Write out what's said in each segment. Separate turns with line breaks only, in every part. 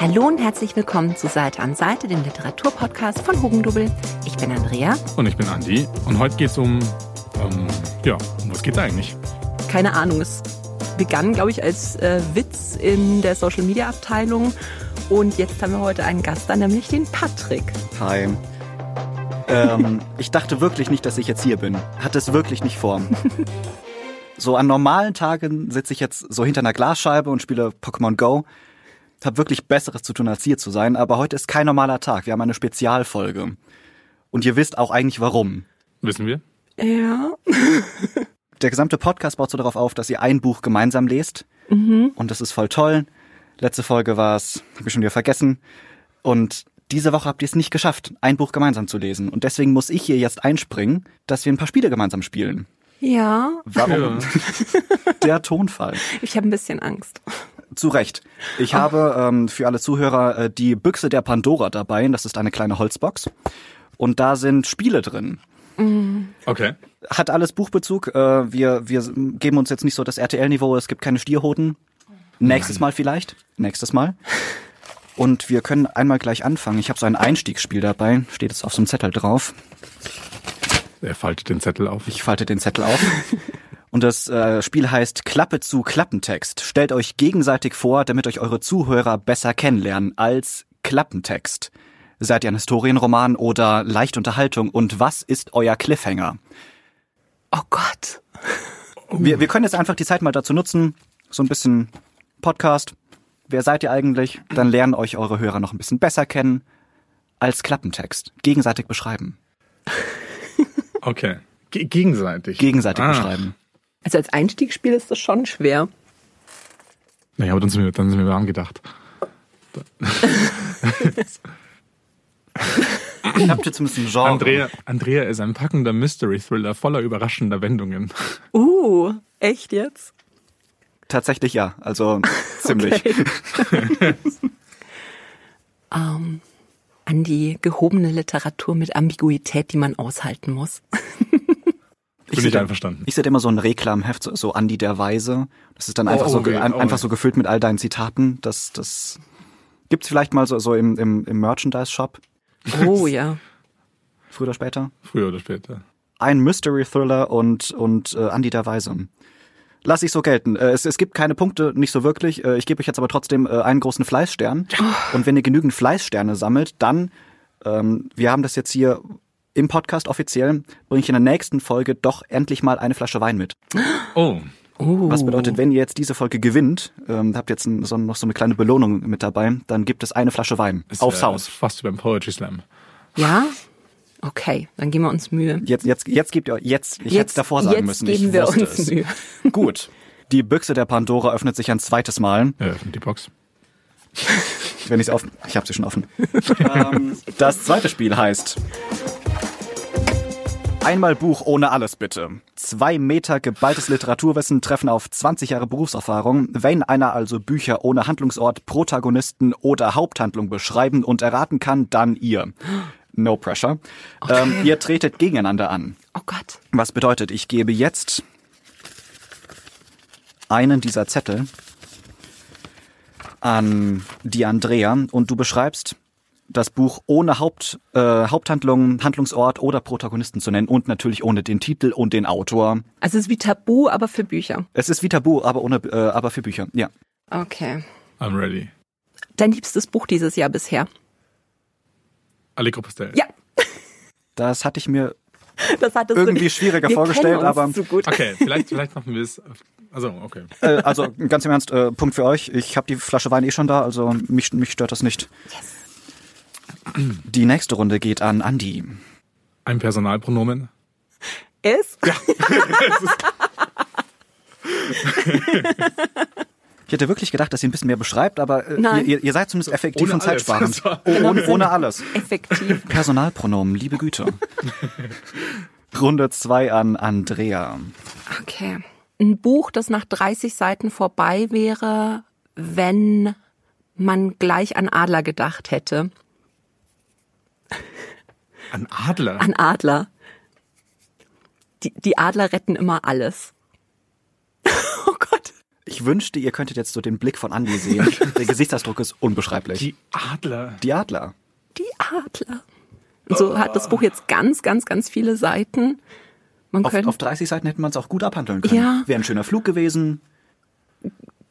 Hallo und herzlich willkommen zu Seite an Seite, dem Literaturpodcast von Hugendubbel. Ich bin Andrea.
Und ich bin Andi. Und heute geht es um, ähm, ja, um was geht's eigentlich?
Keine Ahnung, es begann, glaube ich, als äh, Witz in der Social Media Abteilung. Und jetzt haben wir heute einen Gast da, nämlich den Patrick.
Hi. Ähm, ich dachte wirklich nicht, dass ich jetzt hier bin. Hatte es wirklich nicht vor. So an normalen Tagen sitze ich jetzt so hinter einer Glasscheibe und spiele Pokémon Go. Hab wirklich Besseres zu tun, als hier zu sein, aber heute ist kein normaler Tag. Wir haben eine Spezialfolge. Und ihr wisst auch eigentlich warum.
Wissen wir?
Ja.
Der gesamte Podcast baut so darauf auf, dass ihr ein Buch gemeinsam lest. Und das ist voll toll. Letzte Folge war es, hab ich schon wieder vergessen. Und diese Woche habt ihr es nicht geschafft, ein Buch gemeinsam zu lesen. Und deswegen muss ich hier jetzt einspringen, dass wir ein paar Spiele gemeinsam spielen.
Ja.
Warum? Der Tonfall.
Ich habe ein bisschen Angst.
Zu Recht. Ich habe ähm, für alle Zuhörer äh, die Büchse der Pandora dabei. Das ist eine kleine Holzbox. Und da sind Spiele drin.
Okay.
Hat alles Buchbezug. Äh, wir, wir geben uns jetzt nicht so das RTL-Niveau. Es gibt keine Stierhoden. Nächstes Mal vielleicht. Nächstes Mal. Und wir können einmal gleich anfangen. Ich habe so ein Einstiegsspiel dabei. Steht es auf so einem Zettel drauf.
Er faltet den Zettel auf.
Ich falte den Zettel auf. Und das äh, Spiel heißt Klappe zu Klappentext. Stellt euch gegenseitig vor, damit euch eure Zuhörer besser kennenlernen als Klappentext. Seid ihr ein Historienroman oder leichte Unterhaltung? Und was ist euer Cliffhanger?
Oh Gott.
Hm.
Wir, wir können jetzt einfach die Zeit mal dazu nutzen, so ein bisschen Podcast. Wer seid ihr eigentlich? Dann lernen euch eure Hörer noch ein bisschen besser kennen als Klappentext. Gegenseitig beschreiben.
Okay. Ge gegenseitig.
Gegenseitig
Ah.
beschreiben.
Also als Einstiegsspiel ist das schon schwer.
Naja, aber dann sind wir, dann sind wir warm gedacht.
Ich hab jetzt zumindest ein Genre.
Oh. Andrea, Andrea ist ein packender Mystery-Thriller voller überraschender Wendungen.
Uh, echt jetzt?
Tatsächlich ja, also ziemlich.
ähm, an die gehobene Literatur mit Ambiguität, die man aushalten muss.
Bin
seh
ich
da-
einverstanden.
Ich sehe immer so ein Reklamheft, so- so Andi der Weise. Das ist dann
Oh,
einfach, so,
okay,
ge- ein,
oh.
einfach so gefüllt mit all deinen Zitaten. Das, das gibt's vielleicht mal so, so im, im, im Merchandise-Shop,
Oh ja.
früher oder später.
Früher oder später.
Ein Mystery-Thriller und, und äh, Andi der Weise. Lass ich so gelten. Äh, es, es gibt keine Punkte, nicht so wirklich. Äh, ich gebe euch jetzt aber trotzdem äh, einen großen Fleißstern. Und wenn ihr genügend Fleißsterne sammelt, dann, ähm, wir haben das jetzt hier im Podcast offiziell, bringe ich in der nächsten Folge doch endlich mal eine Flasche Wein mit.
Oh.
Was bedeutet, wenn ihr jetzt diese Folge gewinnt, ähm, habt jetzt ein, so, noch so eine kleine Belohnung mit dabei, dann gibt es eine Flasche Wein
Ist,
aufs
äh,
Haus.
Fast wie beim Poetry Slam.
Ja? Okay, dann geben wir uns Mühe.
Jetzt, jetzt, jetzt gebt ihr, jetzt, ich hätte
Jetzt-
davor sagen
jetzt
müssen.
geben
ich
wir
wusste
uns
es.
Mühe.
Gut. Die Büchse der Pandora öffnet sich ein zweites Mal,
Er öffnet Äh, die Box.
wenn ich es offen, ich habe sie schon offen. ähm, das zweite Spiel heißt Einmal Buch ohne alles bitte. Zwei Meter geballtes Literaturwissen treffen auf 20 Jahre Berufserfahrung. Wenn einer also Bücher ohne Handlungsort, Protagonisten oder Haupthandlung beschreiben und erraten kann, dann ihr. No pressure. Ähm, ihr tretet gegeneinander an.
Oh Gott.
Was bedeutet, ich gebe jetzt einen dieser Zettel an die Andrea und du beschreibst das Buch ohne Haupt, äh, Haupthandlung, Handlungsort oder Protagonisten zu nennen und natürlich ohne den Titel und den Autor.
Also es ist wie Tabu, aber für Bücher.
Es ist wie Tabu, aber ohne, äh, aber für Bücher. Ja.
Okay.
I'm ready.
Dein liebstes Buch dieses Jahr bisher?
Allegro Pastel.
Ja,
Das hatte ich mir
das hattest du
irgendwie
nicht.
schwieriger
wir
vorgestellt,
kennen uns
aber
Zu gut.
Okay, vielleicht, vielleicht machen wir es. Also, okay.
äh, also ganz im Ernst, äh, Punkt für euch. Ich habe die Flasche Wein eh schon da, also mich, mich stört das nicht. Die nächste Runde geht an Andi.
Ein Personalpronomen.
Es?
Ich hätte wirklich gedacht, dass ihr ein bisschen mehr beschreibt, aber äh,
Nein. Genau,
ihr, ihr seid zumindest effektiv
Ohne
und
alles.
zeitsparend.
So.
Oh, ohne, ohne alles.
Effektiv.
Personalpronomen, liebe Güte. Runde zwei an Andrea.
Okay. Ein Buch, das nach 30 Seiten vorbei wäre, wenn man gleich an Adler gedacht hätte.
Ein Adler.
An Adler. Die, die Adler retten immer alles. Oh Gott.
Ich Ich wünschte, ihr könntet jetzt so den Blick von Andy sehen. Der Gesichtsausdruck ist unbeschreiblich. Die,
Die Adler.
Adler.
Die Adler. Und so hat das Buch jetzt ganz, ganz, ganz viele Seiten. Man
Auf,
könnte
auf 30 Seiten hätten wir uns auch gut abhandeln können.
Ja.
Wäre ein schöner Flug gewesen.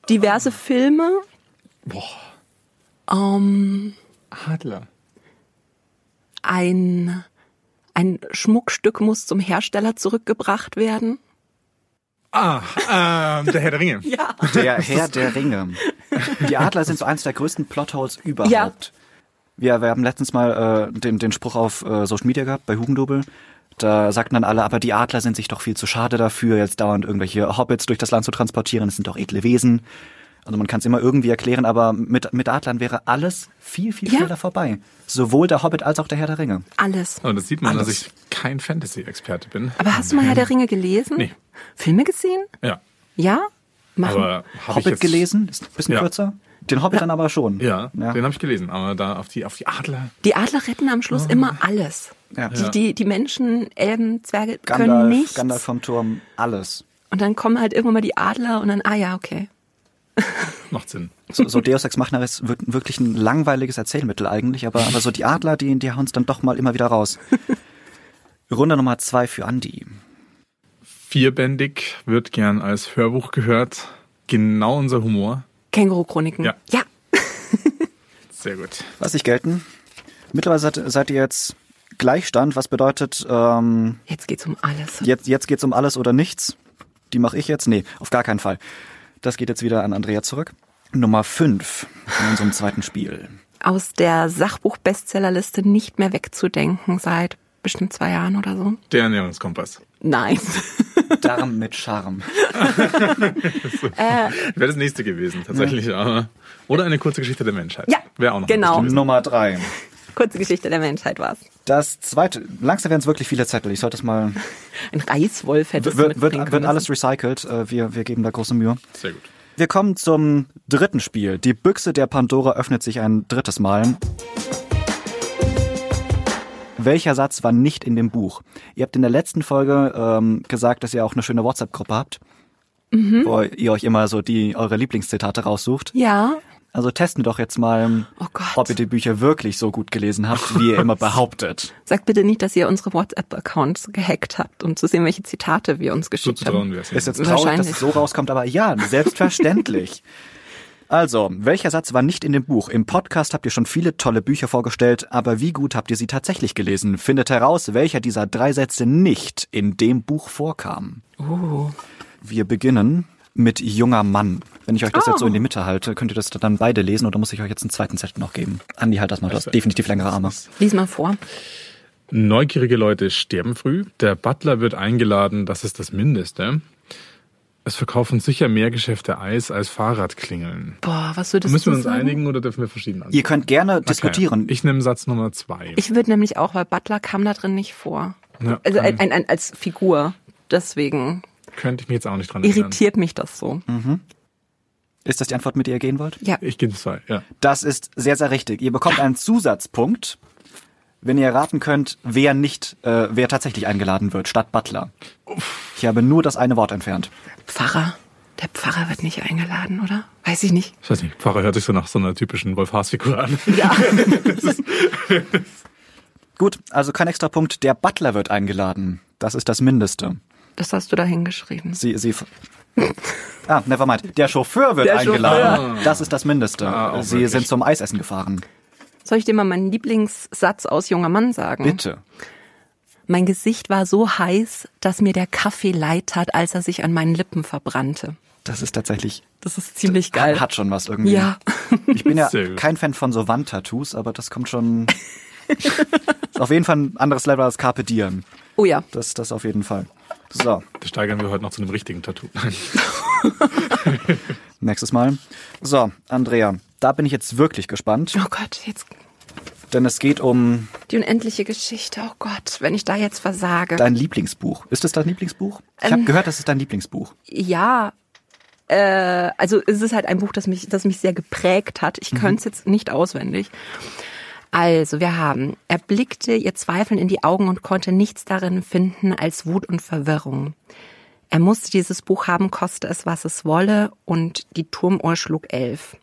diverse Filme.
Boah,
Ähm,
Adler.
ein, ein Schmuckstück muss zum Hersteller zurückgebracht werden.
Ah, ähm, der Herr der Ringe.
Ja.
Der Herr der Ringe. Die Adler sind so eins der größten Plotholes überhaupt.
Ja.
Wir, wir haben letztens mal äh, den, den Spruch auf äh, Social Media gehabt bei Hugendubel. Da sagten dann alle, aber die Adler sind sich doch viel zu schade dafür, jetzt dauernd irgendwelche Hobbits durch das Land zu transportieren. Es sind doch edle Wesen. Also man kann es immer irgendwie erklären, aber mit, mit Adlern wäre alles viel, viel
Ja.
schneller vorbei. Sowohl der Hobbit als auch der Herr der Ringe.
Alles.
Und das sieht man,
Alles.
dass ich kein Fantasy-Experte bin.
Aber hast du mal Herr der Ringe gelesen?
Nee.
Filme gesehen?
Ja,
Ja? Machen.
aber habe ich
Hobbit
jetzt,
gelesen, ist ein bisschen
Ja.
kürzer. Den Hobbit dann aber schon.
Ja,
ja.
den habe ich gelesen. Aber da auf die, auf die Adler.
Die Adler retten am Schluss immer alles.
Ja.
Die, die, die Menschen, Elben, Zwerge können
Gandalf,
nichts.
Gandalf vom Turm, alles.
Und dann kommen halt irgendwann mal die Adler und dann, ah ja, okay.
Macht Sinn.
So, so Deus Ex Machina ist wir- wirklich ein langweiliges Erzählmittel eigentlich, aber, aber so die Adler, die, die hauen uns dann doch mal immer wieder raus. Runde Nummer zwei für Andi.
Vierbändig wird gern als Hörbuch gehört. Genau unser Humor.
Känguru-Chroniken.
Ja.
ja.
Sehr gut.
Lass ich gelten. Mittlerweile seid, seid ihr jetzt Gleichstand, was bedeutet, ähm,
Jetzt geht's um alles.
jetzt, jetzt geht's um alles oder nichts. Die mache ich jetzt? Nee, auf gar keinen Fall. Das geht jetzt wieder an Andrea zurück. Nummer fünf in unserem zweiten Spiel.
Aus der Sachbuch-Bestsellerliste nicht mehr wegzudenken seit bestimmt zwei Jahren oder so.
Der Ernährungskompass.
Nein.
Darm mit Charme.
Wäre das nächste gewesen, tatsächlich. Aber. Oder eine kurze Geschichte der Menschheit.
Ja,
Wäre auch noch
genau.
Nummer drei.
Kurze Geschichte der Menschheit war's.
Das zweite, langsam werden es wirklich viele Zettel. Ich sollte das mal
Ein Reiswolf hättest du
wird,
mitbringen
wird, wird
können.
alles recycelt. Äh, Wir, wir geben da große Mühe.
Sehr gut.
Wir kommen zum dritten Spiel. Die Büchse der Pandora öffnet sich ein drittes Mal. Welcher Satz war nicht in dem Buch? Ihr habt in der letzten Folge ähm, gesagt, dass ihr auch eine schöne WhatsApp-Gruppe habt,
Mhm.
wo ihr euch immer so die eure Lieblingszitate raussucht.
Ja.
Also testen wir doch jetzt mal,
Oh Gott.
ob ihr die Bücher wirklich so gut gelesen habt, wie ihr immer behauptet.
Sagt bitte nicht, dass ihr unsere WhatsApp-Accounts gehackt habt, um zu sehen, welche Zitate wir uns geschickt
Zuzutrauen
haben.
wäre es.
Ist jetzt
Wahrscheinlich.
traurig, dass es so rauskommt, aber ja, selbstverständlich. Also, welcher Satz war nicht in dem Buch? Im Podcast habt ihr schon viele tolle Bücher vorgestellt, aber wie gut habt ihr sie tatsächlich gelesen? Findet heraus, welcher dieser drei Sätze nicht in dem Buch vorkam.
Oh.
Wir beginnen mit junger Mann. Wenn ich euch das
Oh.
jetzt so in die Mitte halte, könnt ihr das dann beide lesen oder muss ich euch jetzt einen zweiten Zettel noch geben? Andi, halt das mal, du hast definitiv längere Arme.
Lies mal vor.
Neugierige Leute sterben früh. Der Butler wird eingeladen, das ist das Mindeste. Es verkaufen sicher mehr Geschäfte Eis als Fahrradklingeln.
Boah, was würdest
Müssen
du
wir uns
sagen?
einigen oder dürfen wir verschieden antworten?
Ihr könnt gerne diskutieren.
Ich nehme Satz Nummer zwei.
Ich würde nämlich auch, weil Butler kam da drin nicht vor.
Ja,
also ein, ein,
kann-
ein, als Figur. Deswegen
Könnte ich Hm. mich jetzt auch nicht dran erinnern.
irritiert mich das so.
Ist das die Antwort, mit der ihr gehen wollt?
Ja.
Ich gebe zwei, ja.
Das ist sehr, sehr richtig. Ihr bekommt einen Zusatzpunkt, wenn ihr raten könnt, wer nicht, äh, wer tatsächlich eingeladen wird, statt Butler. Ich habe nur das eine Wort entfernt.
Pfarrer. Der Pfarrer wird nicht eingeladen, oder? Weiß ich nicht.
Ich weiß nicht, Pfarrer hört sich so nach so einer typischen Wolf-Haas-Figur an.
Ja.
Gut, also kein extra Punkt. Der Butler wird eingeladen. Das ist das Mindeste.
Das hast du da hingeschrieben.
Sie, sie. Ah, never mind. Der Chauffeur wird
Der
eingeladen. Das ist das Mindeste.
Ah, auch
sie
wirklich.
sind zum Eisessen gefahren.
Soll ich dir mal meinen Lieblingssatz aus Junger Mann sagen?
Bitte.
Mein Gesicht war so heiß, dass mir der Kaffee leid tat, als er sich an meinen Lippen verbrannte.
Das ist tatsächlich,
Das ist ziemlich geil.
hat schon was irgendwie.
ja.
Ich bin ja
Sehr gut.
kein Fan von so Wandtattoos, aber das kommt schon. ist auf jeden Fall ein anderes Level als Carpe Diem.
Oh ja.
Das, das auf jeden Fall. So,
Das steigern wir heute noch zu einem richtigen Tattoo.
nächstes Mal. So, Andrea, da bin ich jetzt wirklich gespannt,
Oh Gott, jetzt
denn es geht um
die unendliche Geschichte. Oh Gott, wenn ich da jetzt versage.
dein Lieblingsbuch. Ist es dein Lieblingsbuch? Ich habe gehört, das ist dein Lieblingsbuch.
ja. Äh, also es ist halt ein Buch, das mich, das mich sehr geprägt hat. Ich könnte es jetzt nicht auswendig. Also, wir haben, er blickte ihr Zweifeln in die Augen und konnte nichts darin finden als Wut und Verwirrung. Er musste dieses Buch haben, koste es, was es wolle, und die Turmuhr schlug elf.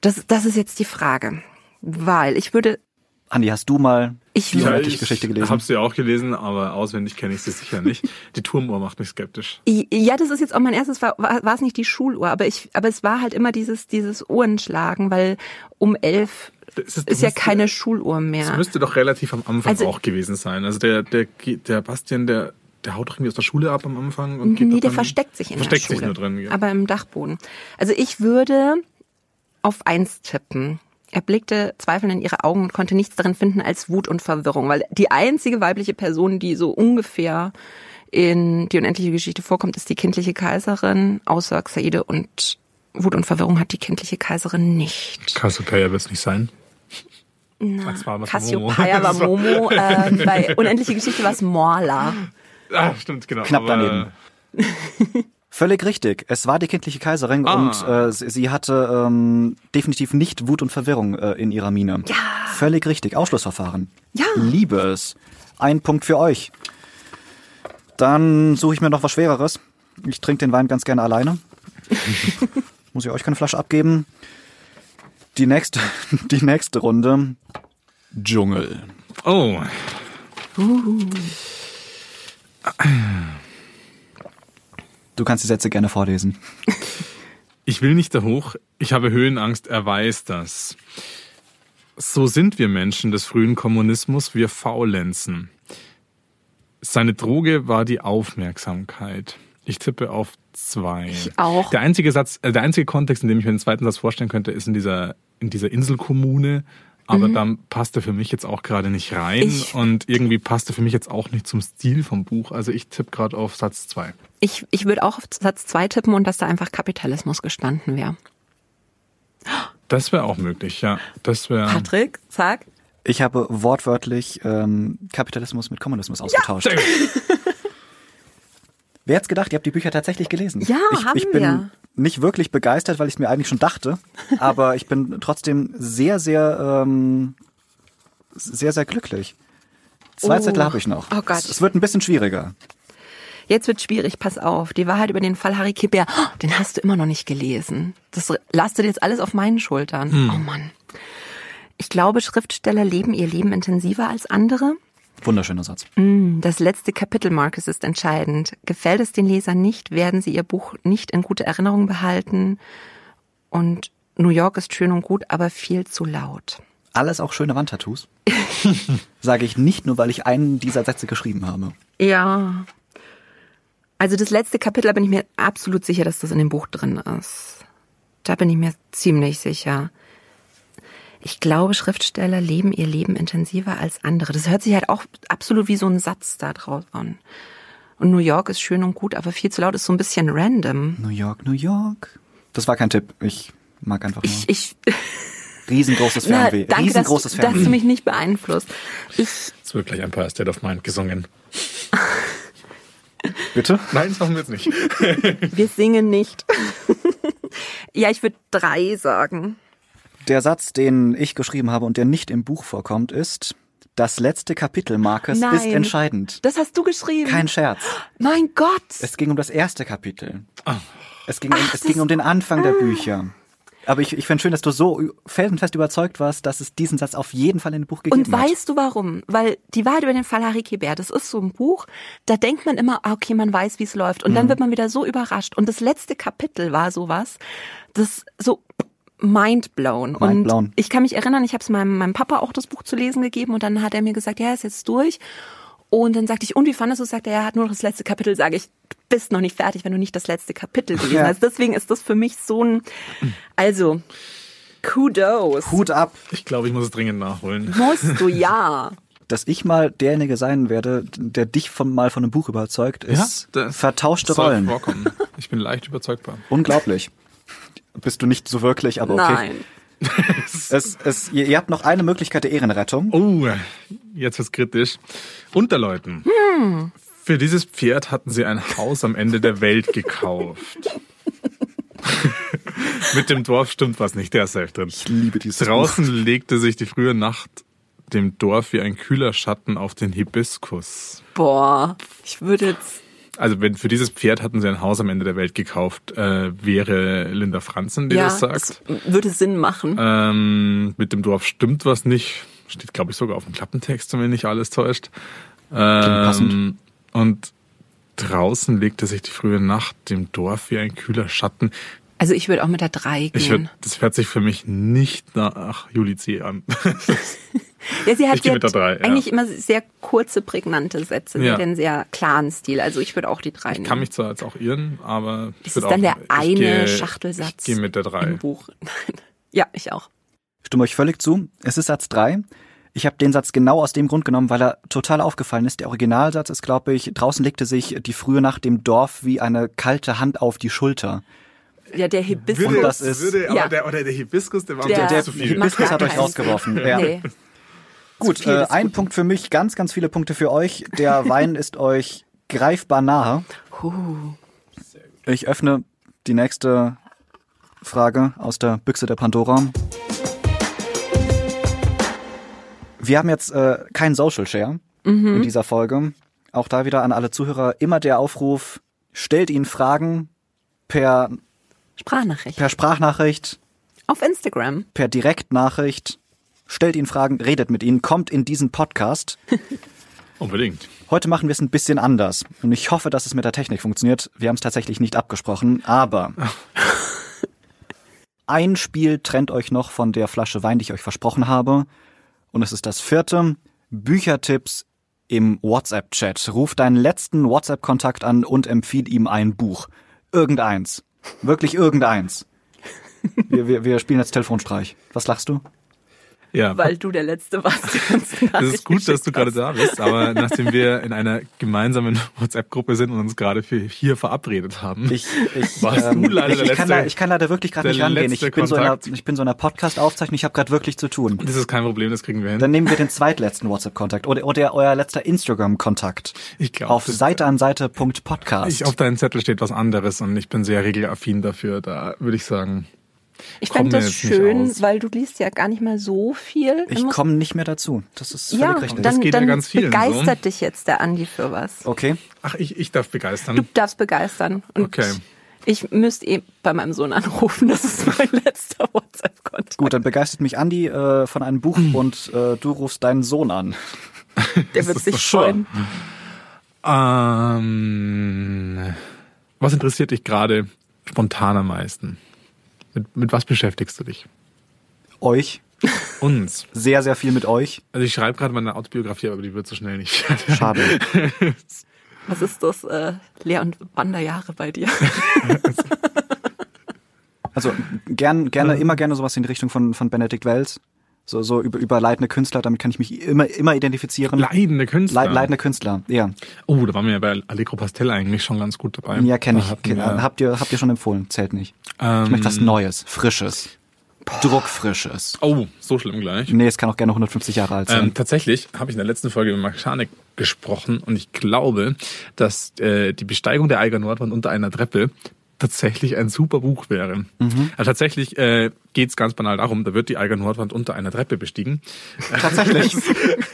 Das, das ist jetzt die Frage. Weil ich würde,
Andi, hast du mal
ich
Die
würde,
Romantische Geschichte gelesen.
Ich habe sie auch gelesen, aber auswendig kenne ich sie sicher nicht. Die Turmuhr macht mich skeptisch.
Ja, das ist jetzt auch mein erstes, war, war, war es nicht die Schuluhr, aber ich, aber es war halt immer dieses, dieses Uhrenschlagen, weil um elf ist,
Das ist-
ja
das ist-
keine Schuluhr
Das
mehr.
müsste doch relativ am Anfang
Also-
auch gewesen sein. Also der, der, der Bastian, der, der haut doch irgendwie aus der Schule ab am Anfang und geht
Mhm, Nee,
doch
der
dann-
versteckt sich in
versteckt
der Schule.
sich nur drin. Ja.
Aber im Dachboden. Also ich würde auf eins tippen. Er blickte zweifelnd in ihre Augen und konnte nichts darin finden als Wut und Verwirrung, weil die einzige weibliche Person, die so ungefähr in die unendliche Geschichte vorkommt, ist die kindliche Kaiserin, außer Xaide und Wut und Verwirrung hat die kindliche Kaiserin nicht.
Cassiopeia wird es nicht sein. Das war was von Momo.
Cassiopeia war
Das war-
Momo, äh, bei Unendliche Geschichte war es Morla.
Ah, stimmt, genau.
Knapp
aber-
daneben. Völlig richtig. Es war die kindliche Kaiserin
Ah.
und äh, sie, sie hatte ähm, definitiv nicht Wut und Verwirrung äh, in ihrer Miene. Ja. Völlig richtig. Ausschlussverfahren.
Ja.
Liebe es. Ein Punkt für euch. Dann suche ich mir noch was Schwereres. Ich trinke den Wein ganz gerne alleine. Muss ich euch keine Flasche abgeben. Die nächste, die nächste Runde. Dschungel.
Oh.
Du kannst die Sätze gerne vorlesen.
Ich will nicht da hoch, ich habe Höhenangst, er weiß das. So sind wir Menschen des frühen Kommunismus, wir faulenzen. Seine Droge war die Aufmerksamkeit. Ich tippe auf zwei.
Ich auch.
Der einzige Satz, äh, der einzige Kontext, in dem ich mir den zweiten Satz vorstellen könnte, ist in dieser, in dieser Inselkommune. Aber dann passt er für mich jetzt auch gerade nicht rein.
Mhm. Ich-
und irgendwie passt er für mich jetzt auch nicht zum Stil vom Buch. Also ich tippe gerade auf Satz zwei.
Ich, ich würde auch auf Satz zwei tippen und dass da einfach Kapitalismus gestanden wäre.
Das wäre auch möglich, ja. Das wäre.
Patrick, sag.
Ich habe wortwörtlich ähm, Kapitalismus mit Kommunismus ausgetauscht.
Sehr gut.
Wer hätte gedacht, ihr habt die Bücher tatsächlich gelesen?
Ja,
ich,
haben
Ich bin
wir.
nicht wirklich begeistert, weil ich es mir eigentlich schon dachte, aber ich bin trotzdem sehr, sehr, ähm, sehr, sehr glücklich. Zwei
Oh.
Zettel habe ich noch.
Oh Gott.
Es, es wird ein bisschen schwieriger.
Jetzt wird schwierig, pass auf. Die Wahrheit über den Fall Harry Kibber, oh, den hast du immer noch nicht gelesen. Das lastet jetzt alles auf meinen Schultern. Oh Mann. Ich glaube, Schriftsteller leben ihr Leben intensiver als andere. Hm,
Wunderschöner Satz.
Das letzte Kapitel, Marcus, ist entscheidend. Gefällt es den Lesern nicht, werden sie ihr Buch nicht in guter Erinnerung behalten. Und New York ist schön und gut, aber viel zu laut.
Alles auch schöne Wandtattoos. Sage ich nicht nur, weil ich einen dieser Sätze geschrieben habe.
Ja. Also das letzte Kapitel, da bin ich mir absolut sicher, dass das in dem Buch drin ist. Da bin ich mir ziemlich sicher. Ich glaube, Schriftsteller leben ihr Leben intensiver als andere. Das hört sich halt auch absolut wie so ein Satz da draus an. Und New York ist schön und gut, aber viel zu laut ist so ein bisschen random.
New York, New York. Das war kein Tipp. Ich mag einfach nur.
Ich, ich,
Riesengroßes
na,
Fernweh.
danke, dass,
Riesengroßes
du- dass du
Fernweh.
mich nicht beeinflusst. Ich,
Es wird gleich ein paar State of Mind gesungen.
Bitte?
Nein, das machen wir jetzt nicht.
wir singen nicht. ja, ich würde drei sagen.
Der Satz, den ich geschrieben habe und der nicht im Buch vorkommt, ist, das letzte Kapitel, Marcus,
Nein.
ist entscheidend.
Das hast du geschrieben.
Kein Scherz.
mein Gott.
Es ging um das erste Kapitel. Es ging, um,
Ach,
es
das- Ah.
ging um den Anfang der Bücher. Aber ich, ich finde schön, dass du so ü- felsenfest überzeugt warst, dass es diesen Satz auf jeden Fall in dem Buch gegeben
Und weißt du warum? Weil die Wahrheit über den Fall Harry Kebert, das ist so ein Buch, da denkt man immer, ah, okay, man weiß, wie es läuft.
Mhm.
Und dann wird man wieder so überrascht. Und das letzte Kapitel war sowas, das so mindblown.
Mindblown.
Und ich kann mich erinnern, ich habe es meinem, meinem Papa auch das Buch zu lesen gegeben und dann hat er mir gesagt, ja, ist jetzt durch. Und dann sagte ich, und wie fandest du es? Sagt er, er hat nur noch das letzte Kapitel. Sage ich, du bist noch nicht fertig, wenn du nicht das letzte Kapitel gelesen
Ja.
hast. Deswegen ist das für mich so ein, also, kudos.
du. Hut ab,
Ich glaube, ich muss es dringend nachholen.
Musst du, ja.
dass ich mal derjenige sein werde, der dich von, mal von einem Buch überzeugt, ist
das
vertauschte
soll
Rollen.
vorkommen. Ich bin leicht überzeugbar.
Unglaublich. Bist du nicht so wirklich, aber okay.
Nein.
Es, es, ihr, ihr habt noch eine Möglichkeit der Ehrenrettung.
Oh, jetzt wird's kritisch. Unterleuten. Für dieses Pferd hatten sie ein Haus am Ende der Welt gekauft. Mit dem Dorf stimmt was nicht, der ist safe drin.
Ich liebe dieses
Draußen legte sich die frühe Nacht dem Dorf wie ein kühler Schatten auf den Hibiskus.
Boah, ich würde jetzt.
also wenn für dieses Pferd hatten sie ein Haus am Ende der Welt gekauft, äh, wäre Linda Franzen, die
ja,
das sagt.
es würde Sinn machen.
Ähm, mit dem Dorf stimmt was nicht. Steht, glaube ich, sogar auf dem Klappentext, wenn mich nicht alles täuscht. Ähm,
passend.
Und draußen legte sich die frühe Nacht dem Dorf wie ein kühler Schatten.
Also ich würde auch mit der 3
Ich
gehen.
würd, das hört sich für mich nicht nach Juli C. an.
Ja, sie hat,
Ich geh
sie
mit
hat
der drei, ja.
eigentlich immer sehr kurze, prägnante Sätze. Sie
Ja.
hat einen sehr klaren Stil. Also ich würde auch die 3 nehmen.
Kann mich zwar jetzt auch irren, aber ich
das
würd
ist dann
auch,
der eine
ich geh-
Schachtelsatz
Ich gehe mit der drei.
im Buch. Nein. Ja, ich auch.
Stimme euch völlig zu. Es ist Satz 3. Ich habe den Satz genau aus dem Grund genommen, weil er total aufgefallen ist. Der Originalsatz ist, glaube ich, draußen legte sich die frühe Nacht dem Dorf wie eine kalte Hand auf die Schulter.
Ja, der Hibiss.
Würde- Und das ist-
würde, aber
ja.
der, oder der Hibiskus, der war
Der-
mir
der
zu
Die
viel.
macht
Hibiskus
gar
hat euch
keinen
rausgeworfen.
Sinn.
Ja.
Nee.
Gut,
viel
äh,
des
ein
Guten.
Punkt für mich, ganz, ganz viele Punkte für euch. Der Wein ist euch greifbar nahe.
Huh.
Ich öffne die nächste Frage aus der Büchse der Pandora. Wir haben jetzt äh, kein Social Share in dieser Folge. Auch da wieder an alle Zuhörer immer der Aufruf, stellt ihnen Fragen per,
Sprachnachricht.
per Sprachnachricht,
Auf Instagram.
per Direktnachricht. Stellt ihnen Fragen, redet mit ihnen, kommt in diesen Podcast.
Unbedingt.
Heute machen wir es ein bisschen anders. Und ich hoffe, dass es mit der Technik funktioniert. Wir haben es tatsächlich nicht abgesprochen, aber ein Spiel trennt euch noch von der Flasche Wein, die ich euch versprochen habe. Und es ist das vierte. Büchertipps im WhatsApp-Chat. Ruf deinen letzten WhatsApp-Kontakt an und empfiehl ihm ein Buch. Irgendeins. Wirklich irgendeins. Wir, wir, wir spielen jetzt Telefonstreich. Was lachst du?
Ja.
Weil du der Letzte warst.
Es ist gut, dass du gerade da bist, aber nachdem wir in einer gemeinsamen WhatsApp-Gruppe sind und uns gerade für hier verabredet haben,
Ich, ich, ähm,
Warst du leider
ich,
der
ich, kann
letzte-
da, ich kann leider wirklich gerade
der
nicht rangehen. Ich
letzte
bin, so in einer,
Kontakt.
ich bin so in einer Podcast-Aufzeichnung, ich habe gerade wirklich zu tun.
das ist kein Problem, das kriegen wir hin.
Dann nehmen wir den zweitletzten WhatsApp-Kontakt oder, oder euer letzter Instagram-Kontakt.
Ich glaub,
Auf
das-
Seite an Seite.podcast.
ich, auf deinem Zettel steht was anderes und ich bin sehr regelaffin dafür. Da würde ich sagen,
Ich
Komm
fand
mir
das
jetzt nicht
schön,
aus.
weil du liest ja gar nicht mal so viel.
ich komme nicht mehr dazu. Das ist völlig
ja,
richtig.
Das
dann,
geht ja
dann
ganz vielen
begeistert dich jetzt der Andi für was.
okay.
ach, ich, ich darf begeistern.
Du darfst begeistern. Und
Okay.
Ich müsste eh bei meinem Sohn anrufen, das ist mein letzter WhatsApp-Kontakt.
Gut, dann begeistert mich Andi äh, von einem Buch und äh, du rufst deinen Sohn an.
Der wird sich
Sure.
freuen.
Ähm, was interessiert dich gerade spontan am meisten? Mit, mit was beschäftigst du dich?
Euch.
Uns.
Sehr, sehr viel mit euch.
Also ich schreibe gerade meine Autobiografie, aber die wird so schnell nicht fertig.
Schade.
Was ist das äh, Lehr- und Wanderjahre bei dir?
Also gern, gerne, immer gerne sowas in die Richtung von, von Benedikt Wells. So, so über, über leitende Künstler, damit kann ich mich immer, immer identifizieren.
Leidende Künstler.
Lei- Leitende Künstler, ja.
Oh, da waren wir ja bei Allegro Pastel eigentlich schon ganz gut dabei.
Ja, kenne ich. genau.
Da hatten wir-
Ke- Habt ihr, habt ihr schon empfohlen, zählt nicht.
Ähm.
ich möchte was Neues, Frisches. Druckfrisches.
Oh, so schlimm gleich.
Nee, es kann auch gerne 150 Jahre alt sein.
Ähm, tatsächlich habe ich in der letzten Folge über Mechanik gesprochen und ich glaube, dass äh, die Besteigung der Eiger Nordwand unter einer Treppe tatsächlich ein super Buch wäre.
Mhm.
Also tatsächlich äh, geht es ganz banal darum, da wird die Eiger Nordwand unter einer Treppe bestiegen.
tatsächlich.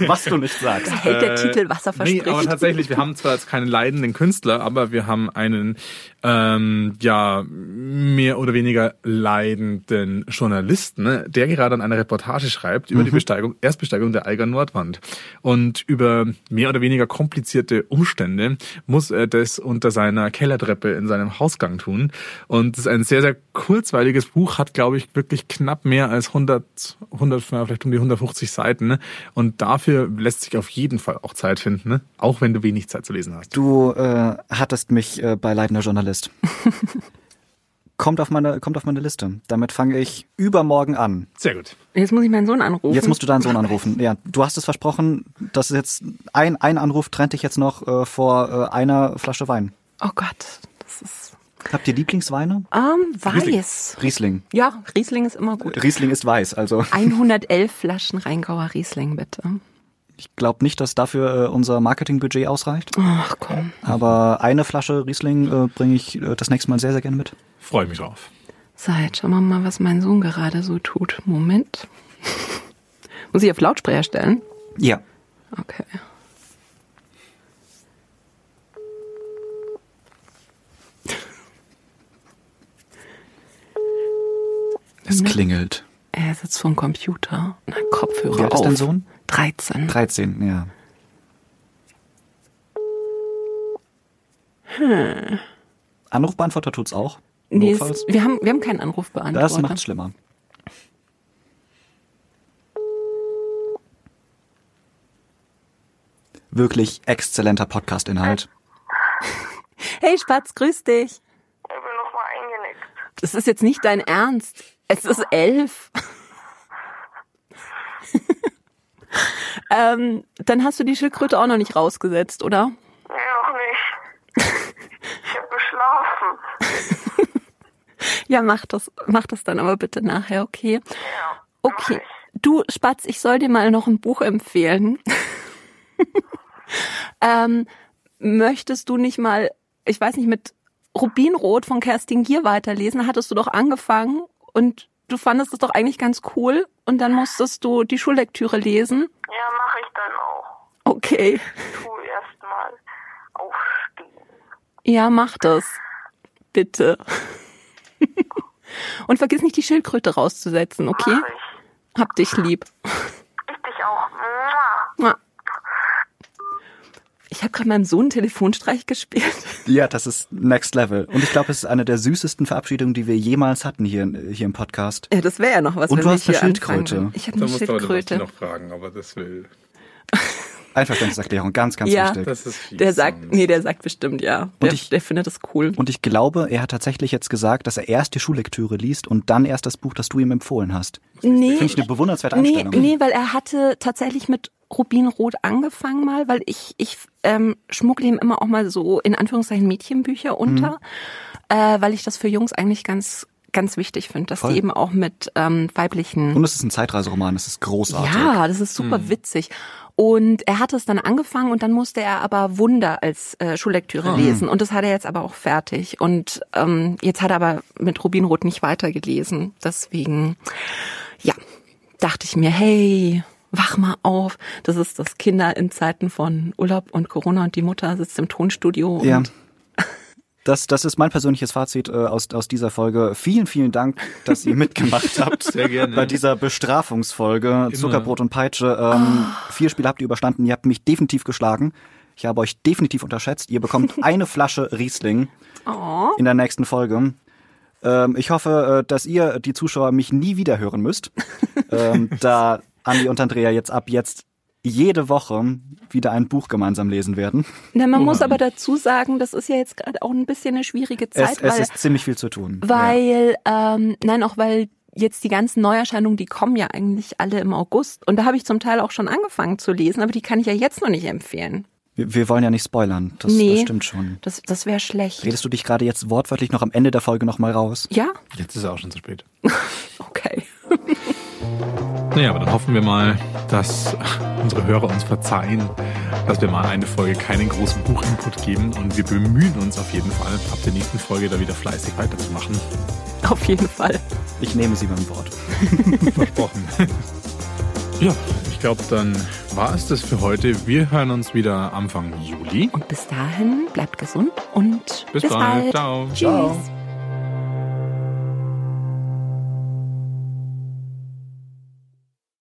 was du nicht sagst.
Da hält der Titel Wasser verspricht.
Äh, Nee, aber tatsächlich, wir haben zwar jetzt keinen leidenden Künstler, aber wir haben einen ähm, ja mehr oder weniger leidenden Journalisten, ne, der gerade an einer Reportage schreibt
Mhm.
über die Besteigung, Erstbesteigung der Eiger Nordwand. Und über mehr oder weniger komplizierte Umstände muss er das unter seiner Kellertreppe in seinem Hausgang tun. Und es ist ein sehr, sehr kurzweiliges Buch, hat, glaube ich, wirklich knapp mehr als 100, 100, vielleicht um die 150 Seiten. Ne? Und dafür lässt sich auf jeden Fall auch Zeit finden, ne? auch wenn du wenig Zeit zu lesen hast.
Du äh, hattest mich äh, bei Leitender Journalist. kommt, auf meine, kommt auf meine Liste. Damit fange ich übermorgen an.
Sehr gut.
Jetzt muss ich meinen Sohn anrufen.
Jetzt musst du deinen Sohn anrufen. Ja, du hast es versprochen, dass jetzt ein, ein Anruf trennt dich jetzt noch äh, vor äh, einer Flasche Wein.
Oh Gott, das ist.
Habt ihr Lieblingsweine?
Ähm,
Riesling. Äh,
weiß.
Riesling.
Ja, Riesling ist immer gut.
Riesling ist weiß, also.
111 Flaschen Rheingauer Riesling, bitte.
Ich glaube nicht, dass dafür äh, unser Marketingbudget ausreicht.
Ach komm.
Aber eine Flasche Riesling äh, bringe ich äh, das nächste Mal sehr, sehr gerne mit.
Freue mich drauf.
So, jetzt schauen wir mal, was mein Sohn gerade so tut. Moment. Muss ich auf Lautsprecher stellen?
Ja.
Okay. Mhm.
Es klingelt.
Er sitzt vorm Computer. Na, Kopfhörer
Wie alt ist
auf.
dein Sohn?
13.
13, ja. Anrufbeantworter tut's auch.
Hm. Nee,
notfalls.
es, wir, haben, wir haben keinen Anruf beantwortet.
Das macht's schlimmer. Wirklich exzellenter Podcast-Inhalt.
hey Spatz, grüß dich.
Ich bin nochmal eingenickt.
Das ist jetzt nicht dein Ernst. Es ist elf. ähm, dann hast du die Schildkröte auch noch nicht rausgesetzt, oder?
Nee, noch nicht. Ich hab geschlafen.
Ja, mach das, mach das dann aber bitte nachher, okay? Okay. Du, Spatz, ich soll dir mal noch ein Buch empfehlen. ähm, möchtest du nicht mal, ich weiß nicht, mit Rubinrot von Kerstin Gier weiterlesen? Da Hattest du doch angefangen und du fandest es doch eigentlich ganz cool und dann musstest du die Schullektüre lesen.
Ja, mache ich dann auch.
Okay.
Tu erstmal aufstehen.
Ja, mach das. Bitte. und vergiss nicht, die Schildkröte rauszusetzen, okay?
Mach ich.
Hab dich lieb.
Ich dich auch. Mua.
Ich habe gerade meinem Sohn einen Telefonstreich gespielt.
Ja, das ist Next Level. Und ich glaube, es ist eine der süßesten Verabschiedungen, die wir jemals hatten hier, in- hier im Podcast.
Ja, das wäre ja noch was.
Und
wenn
du
wir
hast eine
hier anfangen
Schildkröte.
würden. Ich habe
Da
eine
musst du heute Basti
Schildkröte.
noch fragen, aber das will.
Einverständniserklärung, ganz, ganz
Ja.
wichtig.
Das ist fies
Der sagt,
sonst.
nee, der sagt bestimmt ja. Der,
ich-
der findet das cool.
Und ich glaube, er hat tatsächlich jetzt gesagt, dass er erst die Schullektüre liest und dann erst das Buch, das du ihm empfohlen hast.
Nee,
Finde ich eine bewundernswerte
nee,
Einstellung.
nee, weil er hatte tatsächlich mit Rubinrot angefangen mal, weil ich, ich ähm, schmuggle ihm immer auch mal so in Anführungszeichen Mädchenbücher unter, äh, weil ich das für Jungs eigentlich ganz, ganz wichtig finde, dass
Mhm. Voll.
die eben auch mit ähm, weiblichen
Und es ist ein Zeitreiseroman, es ist großartig. Mhm.
Ja, das ist super witzig. Und er hatte es dann angefangen und dann musste er aber Wunder als äh,
Ah.
Schullektüre lesen. Und das hat er jetzt aber auch fertig. Und ähm, jetzt hat er aber mit Rubinrot nicht weitergelesen. Deswegen, ja, dachte ich mir, hey, wach mal auf. Das ist das Kinder in Zeiten von Urlaub und Corona und die Mutter sitzt im Tonstudio.
Ja.
Und
Das, das ist mein persönliches Fazit äh, aus, aus dieser Folge. Vielen, vielen Dank, dass ihr mitgemacht habt.
Sehr gerne.
Bei dieser Bestrafungsfolge Zuckerbrot und Peitsche. Ähm,
Ah.
Vier Spiele habt ihr überstanden. Ihr habt mich definitiv geschlagen. Ich habe euch definitiv unterschätzt. Ihr bekommt eine Flasche Riesling in der nächsten Folge. Ähm, ich hoffe, äh, dass ihr, die Zuschauer, mich nie wieder hören müsst, ähm, da Andi und Andrea jetzt ab jetzt jede Woche wieder ein Buch gemeinsam lesen werden.
na,
Oh
man muss aber dazu sagen, das ist ja jetzt gerade auch ein bisschen eine schwierige Zeit,
Es, es
weil
ist ziemlich viel zu tun.
Weil, ähm, nein, auch weil jetzt die ganzen Neuerscheinungen, die kommen ja eigentlich alle im August. Und da habe ich zum Teil auch schon angefangen zu lesen, aber die kann ich ja jetzt noch nicht empfehlen.
Wir, wir wollen ja nicht spoilern. Das, das
Nee.
stimmt schon.
Das, das wäre schlecht.
Redest du dich gerade jetzt wortwörtlich noch am Ende der Folge nochmal raus?
Ja?
Jetzt ist es auch schon zu spät.
Okay.
Naja, aber dann hoffen wir mal, dass unsere Hörer uns verzeihen, dass wir mal eine Folge keinen großen Buchinput geben und wir bemühen uns auf jeden Fall, ab der nächsten Folge da wieder fleißig weiterzumachen.
Auf jeden Fall.
Ich nehme sie beim Wort.
Versprochen. ja, ich glaube, dann war es das für heute. Wir hören uns wieder Anfang Juli.
Und bis dahin, bleibt gesund und bis,
Bis, bald. Ciao.
Tschüss.
Ciao.